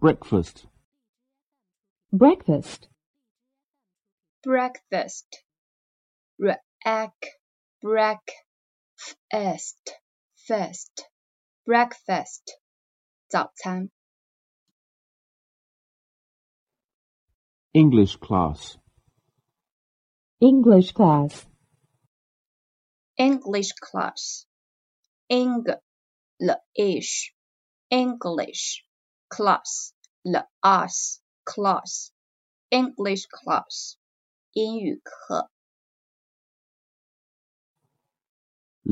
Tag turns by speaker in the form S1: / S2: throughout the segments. S1: breakfast
S2: breakfast,
S3: breakfast, react, break, fast, fast, breakfast, 早餐
S1: English class
S2: English class,
S3: English class, English, English class, l us class, English class, 英语课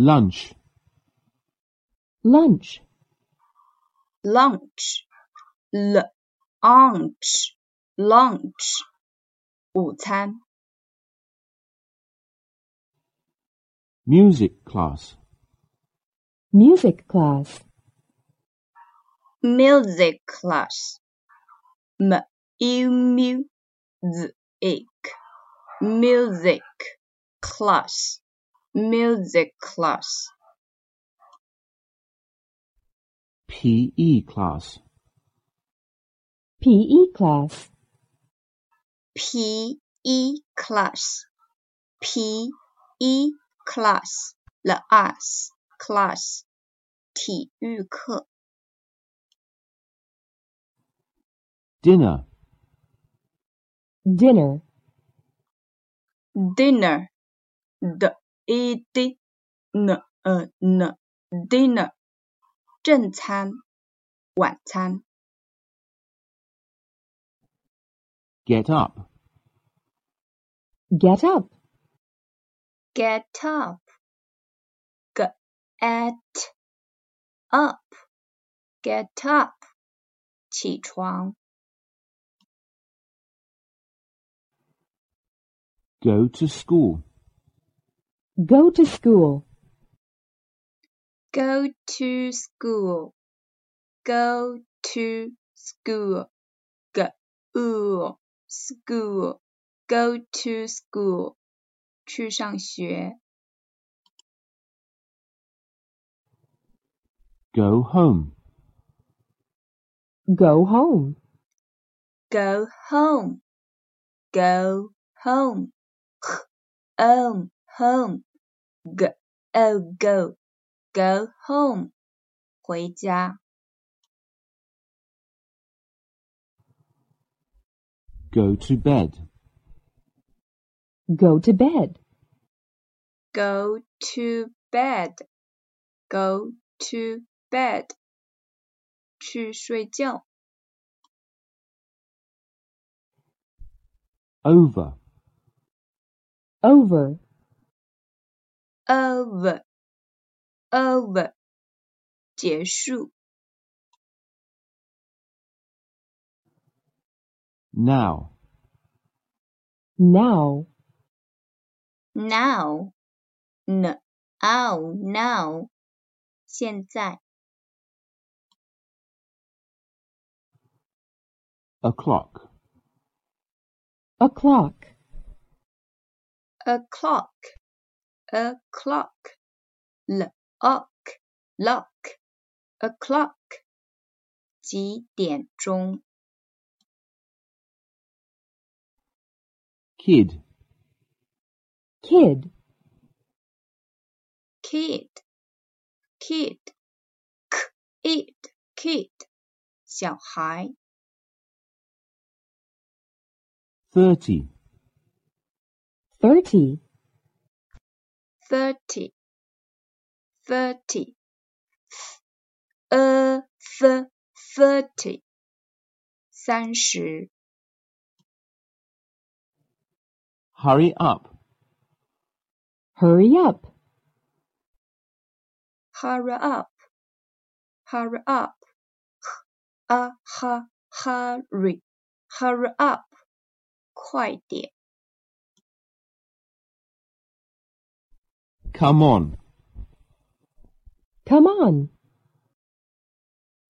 S1: lunch
S2: lunch,
S3: lunch, l lunch, lunch, 午餐
S1: music class
S2: music class,
S3: music class, m u mu z i c music class, music class,
S1: PE E class
S2: PE E class,
S3: p e class, p e class, the us class, 体育课
S1: dinner
S2: dinner,
S3: dinner, d e d n e n dinner, 正餐晚餐。
S1: get up
S2: get up,
S3: get up, get up, get up, 起床
S1: go to school
S2: go to school,
S3: go to school, go to school, go school, go to school, 去上学
S1: go home
S2: go home,
S3: go home, go home, home, home, go, oh, go, go home, 回家
S1: go to bed
S2: go to bed,
S3: go to bed, go to bed, 去睡觉
S1: over
S2: over,
S3: over, over, 结束
S1: now
S2: now,
S3: now, now, now, 现在
S1: o'clock
S2: o'clock,
S3: o'clock, o'clock, lock, lock, o'clock, 几点钟
S1: kid
S2: kid,
S3: kid, kid, kid, kid，小孩
S1: thirty
S2: thirty,
S3: thirty, thirty，呃 t thirty，三十
S1: hurry up
S2: hurry up,
S3: hurry up, hurry up，啊哈 hurry hurry up，快点
S1: come on
S2: come on,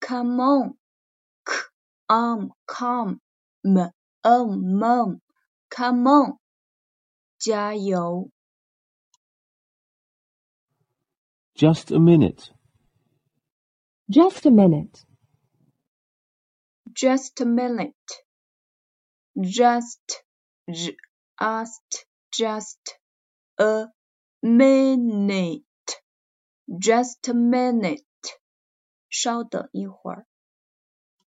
S3: come on, come come m on mom come on，加油
S1: just a minute
S2: just a minute,
S3: Just a minute. Just, just, just a minute. Just a minute. 稍等一会儿。